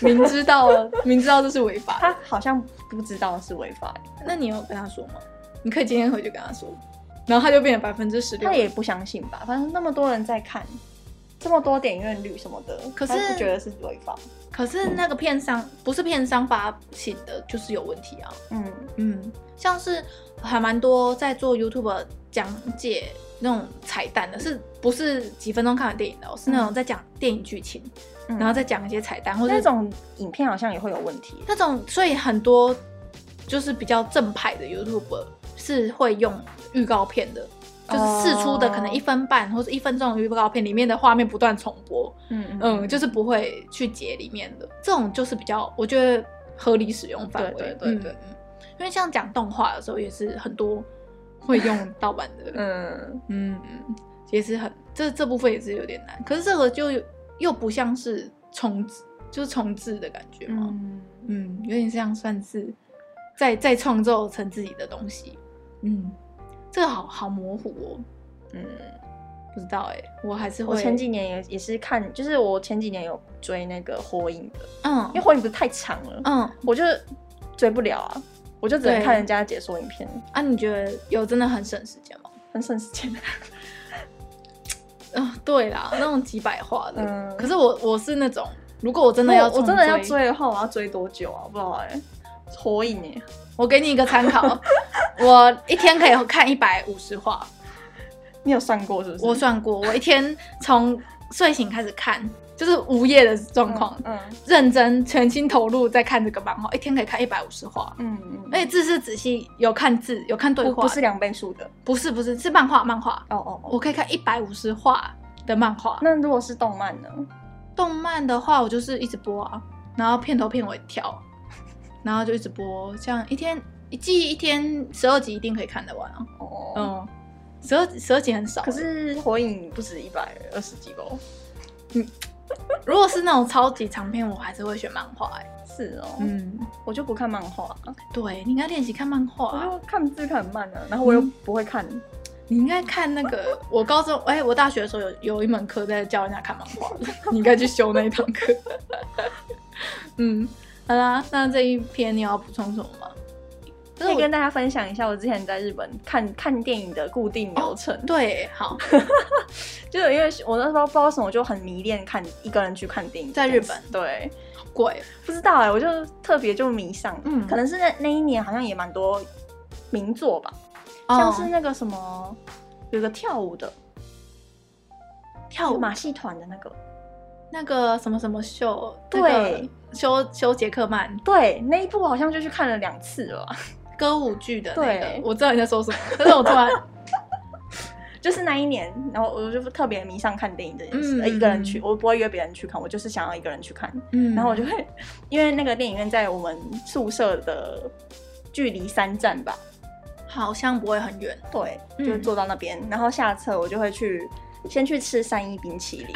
[SPEAKER 1] 明知道了，明知道这是违法的，
[SPEAKER 2] 她好像不知道是违法，
[SPEAKER 1] 那你有跟他说吗？你可以今天回去跟他说，然后他就变成百分之十六
[SPEAKER 2] 她。也不相信吧。反正那么多人在看，这么多点阅率什么的，
[SPEAKER 1] 可是
[SPEAKER 2] 她不觉得是违法。
[SPEAKER 1] 可是那个片商不是片商发行的，就是有问题啊。
[SPEAKER 2] 嗯，
[SPEAKER 1] 嗯，像是还蛮多在做 YouTube 讲解那种彩蛋的，是不是几分钟看完电影的哦、是那种在讲电影剧情，
[SPEAKER 2] 嗯
[SPEAKER 1] 然后再讲一些彩蛋，或者
[SPEAKER 2] 那种影片好像也会有问题。
[SPEAKER 1] 那种，所以很多就是比较正派的 YouTube 是会用预告片的。就是试出的可能一分半或者一分钟的预告片里面的画面不断重播，
[SPEAKER 2] 嗯
[SPEAKER 1] 嗯，就是不会去截里面的，这种就是比较我觉得合理使用范围。
[SPEAKER 2] 对对对对
[SPEAKER 1] 嗯嗯因为像讲动画的时候也是很多会用盗版的，嗯
[SPEAKER 2] [laughs] 嗯，
[SPEAKER 1] 嗯嗯，也是很这这部分也是有点难，可是这个就又不像是重置，就是重置的感觉嘛，
[SPEAKER 2] 嗯
[SPEAKER 1] 嗯有点像算是再再创造成自己的东西，嗯，这个好好模糊哦，
[SPEAKER 2] 嗯，
[SPEAKER 1] 不知道哎、我还是会
[SPEAKER 2] 我前几年也也是看，就是我前几年有追那个火影的，
[SPEAKER 1] 嗯
[SPEAKER 2] 因为火影不是太长了，
[SPEAKER 1] 嗯
[SPEAKER 2] 我就追不了啊，我就只能
[SPEAKER 1] 对
[SPEAKER 2] 看人家解说影片，
[SPEAKER 1] 啊，你觉得有真的很省时间吗？
[SPEAKER 2] 很省时间。
[SPEAKER 1] 嗯、对啦，那种几百话的。
[SPEAKER 2] 嗯
[SPEAKER 1] 可是我我是那种，如果我真的要
[SPEAKER 2] 我我真的要
[SPEAKER 1] 重
[SPEAKER 2] 追的话，我要追多久啊？我不知道哎、火影哎、
[SPEAKER 1] 我给你一个参
[SPEAKER 2] [laughs]
[SPEAKER 1] 考，我一天可以看一百五十话，
[SPEAKER 2] 你有算过是不是？
[SPEAKER 1] 我算过，我一天从睡醒开始看，就是午夜的状况，
[SPEAKER 2] 嗯
[SPEAKER 1] 认真全心投入在看这个漫画，一天可以看一百五十话。
[SPEAKER 2] 嗯嗯，
[SPEAKER 1] 而且字是仔细有看字，有看对
[SPEAKER 2] 不
[SPEAKER 1] 话，
[SPEAKER 2] 不是两倍数的
[SPEAKER 1] 不是不是是漫画漫画，
[SPEAKER 2] 哦哦
[SPEAKER 1] 我
[SPEAKER 2] 哦。
[SPEAKER 1] 可以看一百五十话的漫画。
[SPEAKER 2] 那如果是动漫呢？
[SPEAKER 1] 动漫的话，我就是一直播啊，然后片头片尾跳，然后就一直播，这样一天一季一天十二集一定可以看得完啊。
[SPEAKER 2] 哦，
[SPEAKER 1] 嗯，十二十二集很少欸、
[SPEAKER 2] 可是火影不止一百二十几吧？
[SPEAKER 1] 如果是那种超级长篇，我还是会选漫画、欸。
[SPEAKER 2] 是哦，
[SPEAKER 1] 嗯，
[SPEAKER 2] 我就不看漫画，
[SPEAKER 1] 对，你应该练习看漫画
[SPEAKER 2] 我
[SPEAKER 1] 啊、
[SPEAKER 2] 就看字看很慢啊，然后我又
[SPEAKER 1] 嗯
[SPEAKER 2] 不会看，
[SPEAKER 1] 你应该看那
[SPEAKER 2] [laughs]
[SPEAKER 1] 个，我高中哎、我大学的时候有有一门课在教人家看漫画 [laughs] 的，你应该去修那一堂课。 [laughs] 嗯，好啦，那这一篇你要补充什么吗？
[SPEAKER 2] 可以跟大家分享一下我之前在日本看看电影的固定流程。
[SPEAKER 1] 对，好，
[SPEAKER 2] 就是因为我那时候不知道为什么，我就很迷恋看一个人去看电影这
[SPEAKER 1] 在
[SPEAKER 2] 件事，
[SPEAKER 1] 日本
[SPEAKER 2] 对，
[SPEAKER 1] 贵。
[SPEAKER 2] 不知道哎、我就特别就迷上，嗯，
[SPEAKER 1] 嗯
[SPEAKER 2] 可能是那那一年好像也蛮多名作吧，
[SPEAKER 1] 哦
[SPEAKER 2] 像是那个什么有个跳舞的
[SPEAKER 1] 跳舞
[SPEAKER 2] 马戏团的那个，
[SPEAKER 1] 那个什么什么秀，
[SPEAKER 2] 对
[SPEAKER 1] 那个修修杰克曼
[SPEAKER 2] 对，那一部我好像就去看了两次了 [laughs] 吧，
[SPEAKER 1] 歌舞剧的那
[SPEAKER 2] 对
[SPEAKER 1] 个，我知道你在说什么， [laughs] 但是我突
[SPEAKER 2] [laughs]
[SPEAKER 1] 然
[SPEAKER 2] 就是那一年，然后我就特别迷上看电影这件事，
[SPEAKER 1] 嗯
[SPEAKER 2] 呃一个人去，
[SPEAKER 1] 嗯
[SPEAKER 2] 我不会约别人去看，我就是想要一个人去看，
[SPEAKER 1] 嗯
[SPEAKER 2] 然后我就会，因为那个电影院在我们宿舍的距离三站吧，
[SPEAKER 1] 好像不会很远，
[SPEAKER 2] 对，
[SPEAKER 1] 嗯
[SPEAKER 2] 就坐到那边，然后下车我就会去先去吃三一冰淇
[SPEAKER 1] [laughs]
[SPEAKER 2] 淋，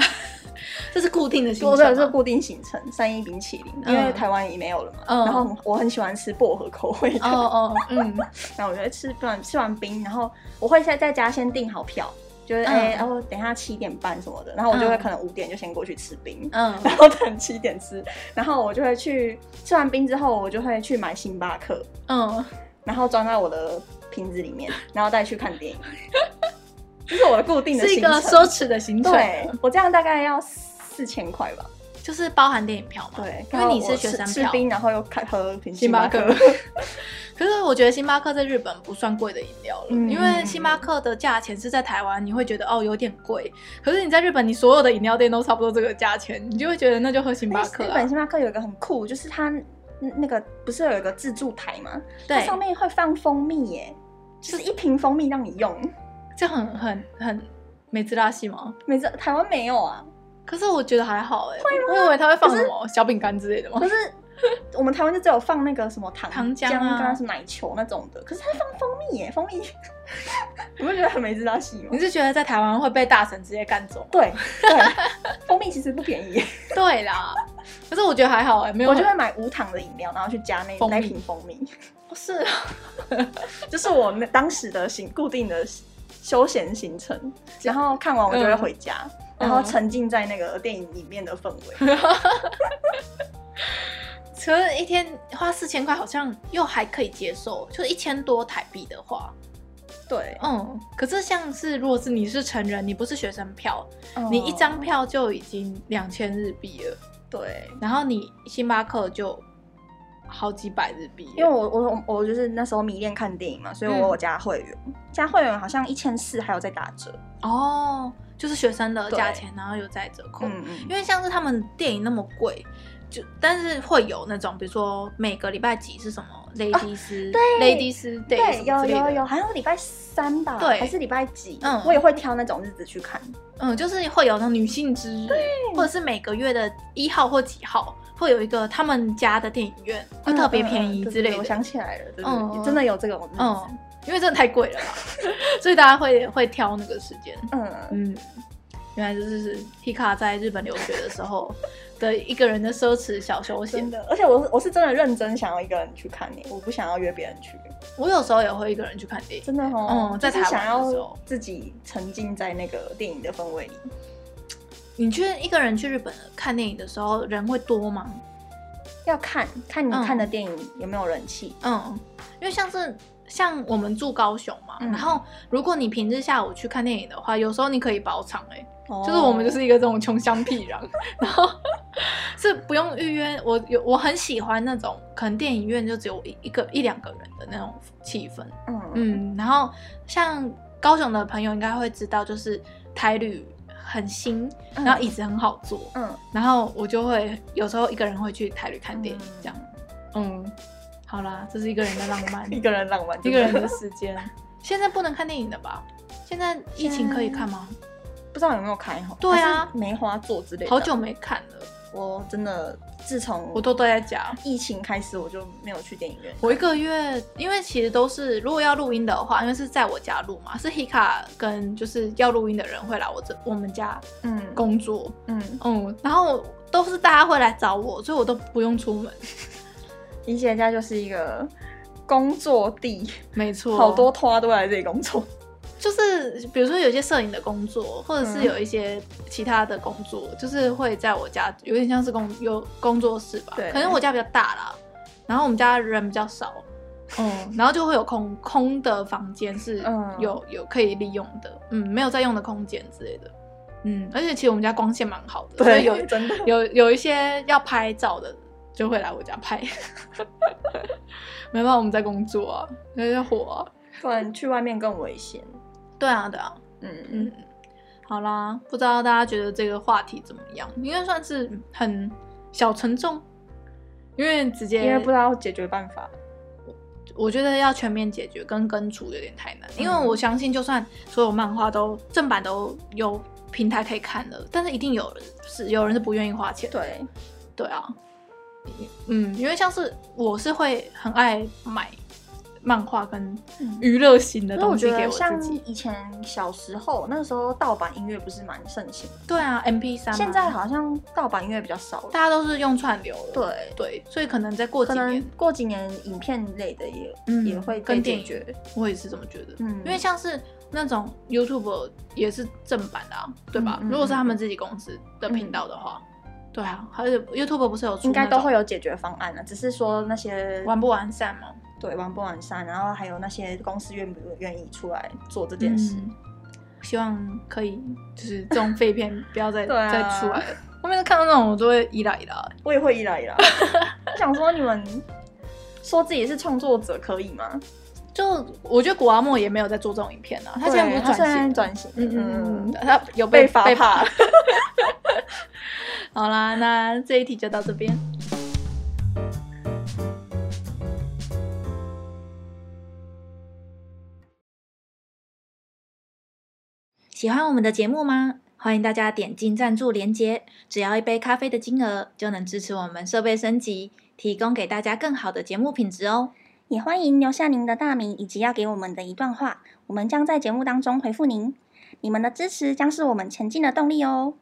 [SPEAKER 2] [laughs]
[SPEAKER 1] 这是固定的行
[SPEAKER 2] 我
[SPEAKER 1] 程
[SPEAKER 2] 的
[SPEAKER 1] 吗，
[SPEAKER 2] 是固定行程，三一冰淇淋，因
[SPEAKER 1] 嗯
[SPEAKER 2] 为台湾也没有了嘛。
[SPEAKER 1] 嗯
[SPEAKER 2] 然后很我很喜欢吃薄荷口味的，
[SPEAKER 1] 哦哦嗯
[SPEAKER 2] 然后我就会吃完吃完冰，然后我会在在家先订好票，就是
[SPEAKER 1] 嗯
[SPEAKER 2] 哎，然后等一下七点半什么的，然后我就会
[SPEAKER 1] 嗯
[SPEAKER 2] 可能五点就先过去吃冰。 [laughs]
[SPEAKER 1] 嗯
[SPEAKER 2] 然后等七点吃，然后我就会去吃完冰之后，我就会去买星巴克，
[SPEAKER 1] 嗯，
[SPEAKER 2] 然后装在我的瓶子里
[SPEAKER 1] [laughs]
[SPEAKER 2] 面，然后再去看电影。这是我的固定的
[SPEAKER 1] 是一
[SPEAKER 2] 行程。
[SPEAKER 1] 个奢侈的行程，
[SPEAKER 2] 对，我这样大概要四千块吧。
[SPEAKER 1] 就是包含电影票嘛，
[SPEAKER 2] 对，
[SPEAKER 1] 因
[SPEAKER 2] 然
[SPEAKER 1] 为
[SPEAKER 2] 后
[SPEAKER 1] 你
[SPEAKER 2] 我
[SPEAKER 1] 是学生
[SPEAKER 2] 吃
[SPEAKER 1] 票
[SPEAKER 2] 冰，然后又看喝瓶
[SPEAKER 1] 星巴
[SPEAKER 2] 巴
[SPEAKER 1] 克。可是我觉得星巴克在日本不算贵的饮料了，
[SPEAKER 2] 嗯
[SPEAKER 1] 因为星巴克的价钱是在台湾你会觉得哦有点贵，可是你在日本你所有的饮料店都差不多这个价钱，你就会觉得那就喝星
[SPEAKER 2] 因
[SPEAKER 1] 巴
[SPEAKER 2] 为
[SPEAKER 1] 克
[SPEAKER 2] 日
[SPEAKER 1] 啊、
[SPEAKER 2] 本星巴克有一个很酷，就是它那个不是有一个自助台吗？它
[SPEAKER 1] 对，
[SPEAKER 2] 上面会放蜂蜜耶，就是一瓶蜂蜜让你用。
[SPEAKER 1] 这很很很美滋拉系吗？
[SPEAKER 2] 每次
[SPEAKER 1] [laughs]
[SPEAKER 2] 台湾没有啊，
[SPEAKER 1] 欸可是我觉得还好哎、我以为他会放什么小饼干之类的吗 [laughs]
[SPEAKER 2] 可？是我们台湾就只有放那个什么糖
[SPEAKER 1] 糖
[SPEAKER 2] 浆
[SPEAKER 1] 浆啊
[SPEAKER 2] 什么奶球那种的，可是它放蜂蜜耶，蜂蜜， [laughs] 你不觉得很没知道戏吗
[SPEAKER 1] 你？是觉得在台湾会被大神直接干走吗？
[SPEAKER 2] 哦 [laughs] 对对， [laughs] 蜂蜜其实不便宜耶，
[SPEAKER 1] 对啦，可是我觉得还好哎、没有
[SPEAKER 2] 我就会买无糖的饮料，然后去加那
[SPEAKER 1] 蜂蜜
[SPEAKER 2] 那瓶蜂蜜。不是啊，这是我那当时的行固定的休闲行程，然后看完我就会回家，
[SPEAKER 1] 嗯
[SPEAKER 2] 然后沉浸在那个电影里面的氛围。
[SPEAKER 1] 可是一天花四千块好像又还可以接受，就一千多台币的话，
[SPEAKER 2] [laughs] 对，
[SPEAKER 1] 嗯。可是像是如果是你是成人，你不是学生票，
[SPEAKER 2] 嗯
[SPEAKER 1] [laughs] 你一张票就已经两千日币了，
[SPEAKER 2] 对。
[SPEAKER 1] 然后你星巴克就好几百日币了，
[SPEAKER 2] 因为我我我就是那时候迷恋看电影嘛，所以我
[SPEAKER 1] 嗯
[SPEAKER 2] 有加会员，加会员好像一千四还有在打折。
[SPEAKER 1] 哦，就是学生的
[SPEAKER 2] 对
[SPEAKER 1] 价钱，然后有再折扣，
[SPEAKER 2] 嗯嗯，
[SPEAKER 1] 因为像是他们电影那么贵，就但是会有那种，比如说每个礼拜几是什么雷迪斯，雷迪斯
[SPEAKER 2] 啊对，有有有，
[SPEAKER 1] 有，
[SPEAKER 2] 好像礼拜三吧，
[SPEAKER 1] 对
[SPEAKER 2] 还是礼拜几？
[SPEAKER 1] 嗯
[SPEAKER 2] 我也会挑那种日子去看。
[SPEAKER 1] 嗯，就是会有那种女性之日，或者是每个月的一号或几号会有一个他们家的电影院，会特别便宜
[SPEAKER 2] 嗯嗯嗯
[SPEAKER 1] 之
[SPEAKER 2] 对对对
[SPEAKER 1] 类
[SPEAKER 2] 我
[SPEAKER 1] 的，
[SPEAKER 2] 想起来了，
[SPEAKER 1] 嗯
[SPEAKER 2] 对对
[SPEAKER 1] 嗯
[SPEAKER 2] 对，真的有这种日子。
[SPEAKER 1] 嗯，因为真的太贵了吧， [laughs] 所以大家会会挑那个时间，
[SPEAKER 2] 嗯，
[SPEAKER 1] 嗯。原来这就是 Hika 在日本留学的时候的一个人的奢侈小休闲
[SPEAKER 2] 真。的，而且我是我是真的认真想要一个人去看你，我不想要约别人去，
[SPEAKER 1] 我有时候也会一个人去看电影，
[SPEAKER 2] 真的哦。
[SPEAKER 1] 嗯在
[SPEAKER 2] 就是
[SPEAKER 1] 台
[SPEAKER 2] 想
[SPEAKER 1] 湾的时候
[SPEAKER 2] 要自己沉浸在那个电影的氛围里。
[SPEAKER 1] 你去一个人去日本看电影的时候，人会多吗？
[SPEAKER 2] 要看看你
[SPEAKER 1] 嗯
[SPEAKER 2] 看的电影有没有人气，
[SPEAKER 1] 嗯，因为像是像我们住高雄嘛，
[SPEAKER 2] 嗯
[SPEAKER 1] 然后如果你平日下午去看电影的话，有时候你可以包场哎、欸
[SPEAKER 2] 就
[SPEAKER 1] 就是我们就是一个这种穷乡僻壤， [laughs] 然后是不用预约。我有我很喜欢那种可能电影院就只有一一个一两个人的那种气氛，
[SPEAKER 2] 嗯嗯
[SPEAKER 1] 嗯，然后像高雄的朋友应该会知道，就是台旅很新，
[SPEAKER 2] 嗯
[SPEAKER 1] 然后椅子很好坐，
[SPEAKER 2] 嗯，
[SPEAKER 1] 然后我就会有时候一个人会去台旅看电影，这样。嗯，好啦，这是一个人的浪
[SPEAKER 2] [laughs]
[SPEAKER 1] 漫，
[SPEAKER 2] 一个人浪漫，
[SPEAKER 1] 一个人的时间。现在不能看电影的吧？现在疫情可以看吗？
[SPEAKER 2] 不知道有没有开好，
[SPEAKER 1] 对啊
[SPEAKER 2] 还是梅花座之类的。
[SPEAKER 1] 好久，没看了，
[SPEAKER 2] 我真的自从
[SPEAKER 1] 我都待在家。
[SPEAKER 2] 疫情开始，我就没有去电影院。
[SPEAKER 1] 我一个月，因为其实都是如果要录音的话，因为是在我家录嘛，是 Hika 跟就是要录音的人会来我这我们家
[SPEAKER 2] 嗯
[SPEAKER 1] 工作，
[SPEAKER 2] 嗯，
[SPEAKER 1] 嗯，然后都是大家会来找我，所以我都不用出门。
[SPEAKER 2] 怡姐家就是一个工作地，
[SPEAKER 1] 没错，
[SPEAKER 2] 好多拖都来这里工作。
[SPEAKER 1] 就是比如说有一些摄影的工作，或者是
[SPEAKER 2] 嗯
[SPEAKER 1] 有一些其他的工作，就是会在我家，有点像是工有工作室吧。
[SPEAKER 2] 对
[SPEAKER 1] 可能我家比较大啦，然后我们家人比较少，嗯，然后就会有空空的房间是
[SPEAKER 2] 嗯
[SPEAKER 1] 有、有可以利用的，嗯，没有在用的空间之类的，嗯，而且其实我们家光线蛮好
[SPEAKER 2] [laughs]
[SPEAKER 1] 的，所以有
[SPEAKER 2] 真的。
[SPEAKER 1] 有有一些要拍照的就会来我家拍， [laughs] 没办法，我们在工作啊，那些火啊，
[SPEAKER 2] 不然去外面更危险。
[SPEAKER 1] 对啊，对啊。
[SPEAKER 2] 嗯
[SPEAKER 1] 嗯
[SPEAKER 2] 嗯，，
[SPEAKER 1] 好啦，不知道大家觉得这个话题怎么样？应该算是很小沉重，因为直接
[SPEAKER 2] 因为不知道解决办法。
[SPEAKER 1] 我觉得要全面解决跟根除有点太难，因为
[SPEAKER 2] 嗯
[SPEAKER 1] 我相信就算所有漫画都正版都有平台可以看的，但是一定有人是有人是不愿意花钱的。
[SPEAKER 2] 对，
[SPEAKER 1] 对啊，嗯，因为像是我是会很爱买漫画跟
[SPEAKER 2] 嗯
[SPEAKER 1] 娱乐型的
[SPEAKER 2] 因为我
[SPEAKER 1] 东
[SPEAKER 2] 觉
[SPEAKER 1] 西给
[SPEAKER 2] 得
[SPEAKER 1] 我
[SPEAKER 2] 像
[SPEAKER 1] 自己。
[SPEAKER 2] 以前小时候，那时候盗版音乐不是蛮盛行的，
[SPEAKER 1] 对啊，M P 三
[SPEAKER 2] 现在好像盗版音乐比较少了。
[SPEAKER 1] 大家都是用串流了。
[SPEAKER 2] 对，
[SPEAKER 1] 对，所以可能再过几
[SPEAKER 2] 可能
[SPEAKER 1] 年，
[SPEAKER 2] 过几年影片类的也
[SPEAKER 1] 嗯
[SPEAKER 2] 也会被
[SPEAKER 1] 跟电
[SPEAKER 2] 解
[SPEAKER 1] 影
[SPEAKER 2] 决。
[SPEAKER 1] 我也是这么觉得。
[SPEAKER 2] 嗯
[SPEAKER 1] 因为像是那种 YouTube 也是正版的、啊，对吧？
[SPEAKER 2] 嗯嗯嗯
[SPEAKER 1] 如果是他们自己公司的频道的话，对啊，还有 YouTube 不是有出
[SPEAKER 2] 应该都会
[SPEAKER 1] 有
[SPEAKER 2] 有解决方案啊了，只是说那些
[SPEAKER 1] 完不完善吗？
[SPEAKER 2] 对完不完善，然后还有那些公司愿不愿意出来做这件事。
[SPEAKER 1] 嗯希望可以，就是这种废片不要再、
[SPEAKER 2] [laughs] 对啊
[SPEAKER 1] 再出来了。后面看到那种我就会依赖依赖，啊
[SPEAKER 2] 我也会依赖 [laughs] 啦，我想说你们说自己是创作者可以吗？
[SPEAKER 1] 就我觉得古阿莫也没有在做这种影片啊，他现在不
[SPEAKER 2] 对
[SPEAKER 1] 是
[SPEAKER 2] 他
[SPEAKER 1] 转
[SPEAKER 2] 现在
[SPEAKER 1] 型，
[SPEAKER 2] 转型，
[SPEAKER 1] 嗯嗯嗯，
[SPEAKER 2] 嗯，
[SPEAKER 1] 他有
[SPEAKER 2] 被
[SPEAKER 1] 被
[SPEAKER 2] 罚
[SPEAKER 1] 被
[SPEAKER 2] 怕。
[SPEAKER 1] 好啦，那这一题就到这边。
[SPEAKER 5] 喜欢我们的节目吗？
[SPEAKER 1] 欢迎大家点进赞助连结，只要一杯咖啡的金额，就能支持我们设备升级，提供给大家更好的节目品质哦。
[SPEAKER 2] 也欢迎留下您的大名以及要给我们的一段话，我们将在节目当中回复您。你们的支持将是我们前进的动力哦。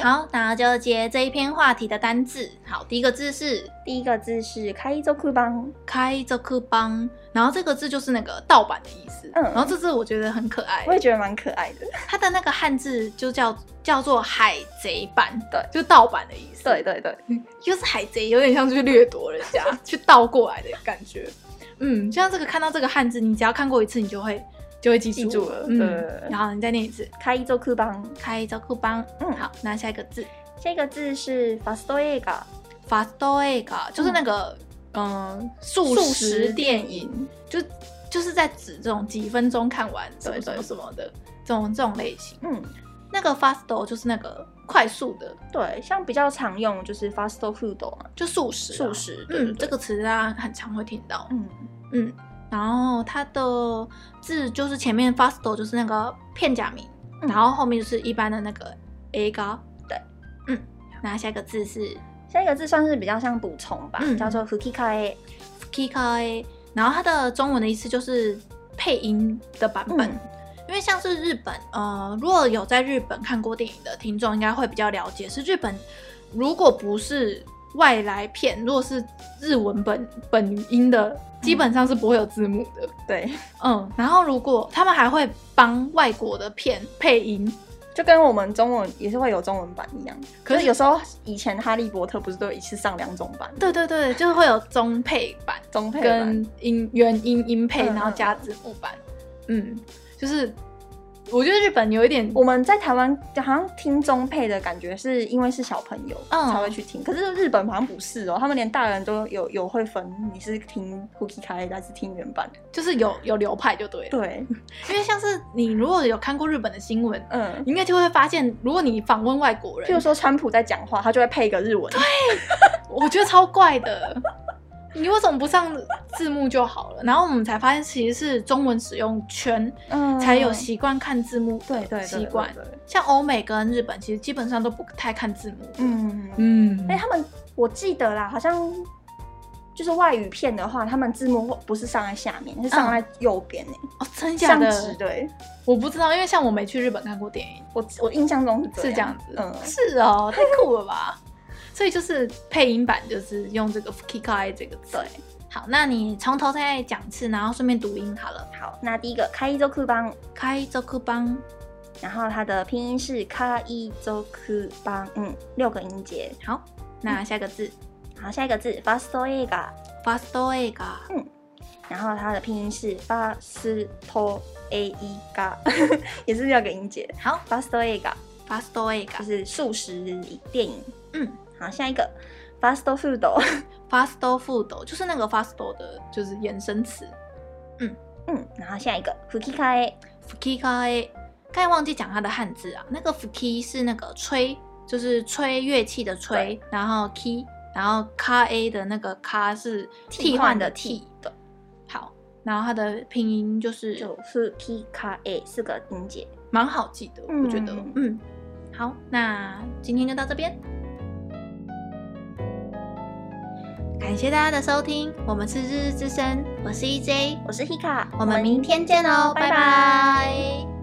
[SPEAKER 1] 好，那就接这一篇话题的单字。好，第一个字是
[SPEAKER 2] [laughs] 第一个字是开州库邦，
[SPEAKER 1] 开这克邦，然后这个字就是那个盗版的意思。
[SPEAKER 2] 嗯
[SPEAKER 1] 然后这字我觉得很可爱
[SPEAKER 2] 我，也觉得蛮可爱的。
[SPEAKER 1] 它的那个汉字就叫叫做海贼版，
[SPEAKER 2] 对，
[SPEAKER 1] 就盗版的意思。
[SPEAKER 2] 对对对，
[SPEAKER 1] 就是海贼，有点像去掠夺人
[SPEAKER 2] [laughs]
[SPEAKER 1] 家，去倒过来的感觉。嗯，像这个看到这个汉字，你只要看过一次，你就会就会记住
[SPEAKER 2] 记住了对
[SPEAKER 1] 嗯，然后你再念一次，
[SPEAKER 2] 开州库邦
[SPEAKER 1] 开招库邦。
[SPEAKER 2] 嗯
[SPEAKER 1] 好，那下一个字
[SPEAKER 2] 这个字是 fast e g a
[SPEAKER 1] f a s t o e g a 就是那个嗯速
[SPEAKER 3] 速
[SPEAKER 1] 食
[SPEAKER 3] 食
[SPEAKER 1] 电影，就就是在指这种几分钟看完什么
[SPEAKER 2] 对
[SPEAKER 1] 什
[SPEAKER 2] 对
[SPEAKER 1] 么什么的这种这种类型。
[SPEAKER 2] 嗯，
[SPEAKER 1] 那个 fasto 就是那个快速的，
[SPEAKER 2] 对，像比较常用就是 fast food 嘛，
[SPEAKER 1] 就速食啊。
[SPEAKER 2] 速食。对
[SPEAKER 1] 嗯，这个词大家很常会听到。
[SPEAKER 2] 嗯
[SPEAKER 1] 嗯，然后它的字就是前面 fasto 就是那个片假名，
[SPEAKER 2] 嗯
[SPEAKER 1] 然后后面就是一般的那个 a 高。对，嗯，那下一个字是
[SPEAKER 2] 下一个字算是比较像补充吧，
[SPEAKER 1] 嗯
[SPEAKER 2] 叫做 cookie k a
[SPEAKER 1] kika a，然后它的中文的意思就是配音的版本。
[SPEAKER 2] 嗯
[SPEAKER 1] 因为像是日本，呃，如果有在日本看过电影的听众，应该会比较了解，是日本如果不是外来片，如果是日文本本音的，基本上是不会有字幕的。
[SPEAKER 2] 对，
[SPEAKER 1] 嗯，然后如果他们还会帮外国的片配音，
[SPEAKER 2] 就跟我们中文也是会有中文版一样。
[SPEAKER 1] 可
[SPEAKER 2] 可
[SPEAKER 1] 是
[SPEAKER 2] 是有时候以前《哈利波特》不是都有一次上两种版，
[SPEAKER 1] 对对对，就是会有中配版
[SPEAKER 2] 中配版。
[SPEAKER 1] 跟音原音音配，
[SPEAKER 2] 嗯嗯
[SPEAKER 1] 然后加字幕版。嗯，就是我觉得日本有一点
[SPEAKER 2] 我们在台湾就好像听中配的感觉，是因为是小朋友
[SPEAKER 1] 嗯
[SPEAKER 2] 才会去听，可是日本好像不是哦，他们连大人都有有会分，你是听 Cookie 开还是听原版？
[SPEAKER 1] 就是有有流派就对了，
[SPEAKER 2] 对，
[SPEAKER 1] 因为像是你如果有看过日本的新闻，
[SPEAKER 2] 嗯，
[SPEAKER 1] 你应该就会发现，如果你访问外国
[SPEAKER 2] 譬如
[SPEAKER 1] 人，
[SPEAKER 2] 说川普在讲话，他就会配一个日文，
[SPEAKER 1] 我觉得超怪的。你为什么不上字幕就好了？然后我们才发现，其实是中文使用圈
[SPEAKER 2] 嗯
[SPEAKER 1] 才有习惯看字幕
[SPEAKER 2] 对对
[SPEAKER 1] 的习惯。，
[SPEAKER 2] 对对对
[SPEAKER 1] 像欧美跟日本，其实基本上都不太看字幕。
[SPEAKER 2] 嗯
[SPEAKER 1] 嗯
[SPEAKER 2] 哎、他们我记得啦，好像就是外语片的话，他们字幕不是上在下面，是上在右边呢、
[SPEAKER 1] 哦，真嗯假
[SPEAKER 2] 上指
[SPEAKER 1] 的，
[SPEAKER 2] 对。
[SPEAKER 1] 我不知道，因为像我没去日本看过电影，
[SPEAKER 2] 我我印象中是这
[SPEAKER 1] 是这样子。
[SPEAKER 2] 嗯，
[SPEAKER 1] 是哦，太酷了吧！所以就是配音版，就是用这个 “kikai” 这个字。
[SPEAKER 2] 对。
[SPEAKER 1] 好，那你从头再讲一次，然后顺便读音好了。
[SPEAKER 2] 好，那第一个开伊州库邦，
[SPEAKER 1] 开这库邦，
[SPEAKER 2] 然后它的拼音是卡伊州库邦，嗯，六个音节。
[SPEAKER 1] 好，
[SPEAKER 2] 嗯
[SPEAKER 1] 那下一个字
[SPEAKER 2] 好，下一个字 fasto e g a
[SPEAKER 1] ，fasto e g a
[SPEAKER 2] 嗯然后它的拼音是 fasto e g a [laughs] 也是六个音节。
[SPEAKER 1] 好
[SPEAKER 2] fasto e g a
[SPEAKER 1] ，fasto e
[SPEAKER 2] 就
[SPEAKER 1] g
[SPEAKER 2] 是素食电影。
[SPEAKER 1] 嗯，
[SPEAKER 2] 好，下一个 fast food，
[SPEAKER 1] a fasto food 就是那个 fasto 的，就是衍生词。
[SPEAKER 2] 嗯，然后下一个 cookie 开，
[SPEAKER 1] fuki kai，刚才忘记讲它的汉字啊。那个 fuki 是那个吹，就是吹乐器的吹，然后 ki，然后 ka a 的那个 ka 是替换的替。
[SPEAKER 2] 的，
[SPEAKER 1] 好，然后它的拼音就是
[SPEAKER 2] 就 cookie 开四个音节。
[SPEAKER 1] 蛮好记的，
[SPEAKER 2] 嗯
[SPEAKER 1] 我觉得。嗯，好，那今天就到这边。感谢大家的收听，我们是日日之声，我是 EJ，
[SPEAKER 2] 我是 Hika，
[SPEAKER 1] 哦我们明天见喽，拜拜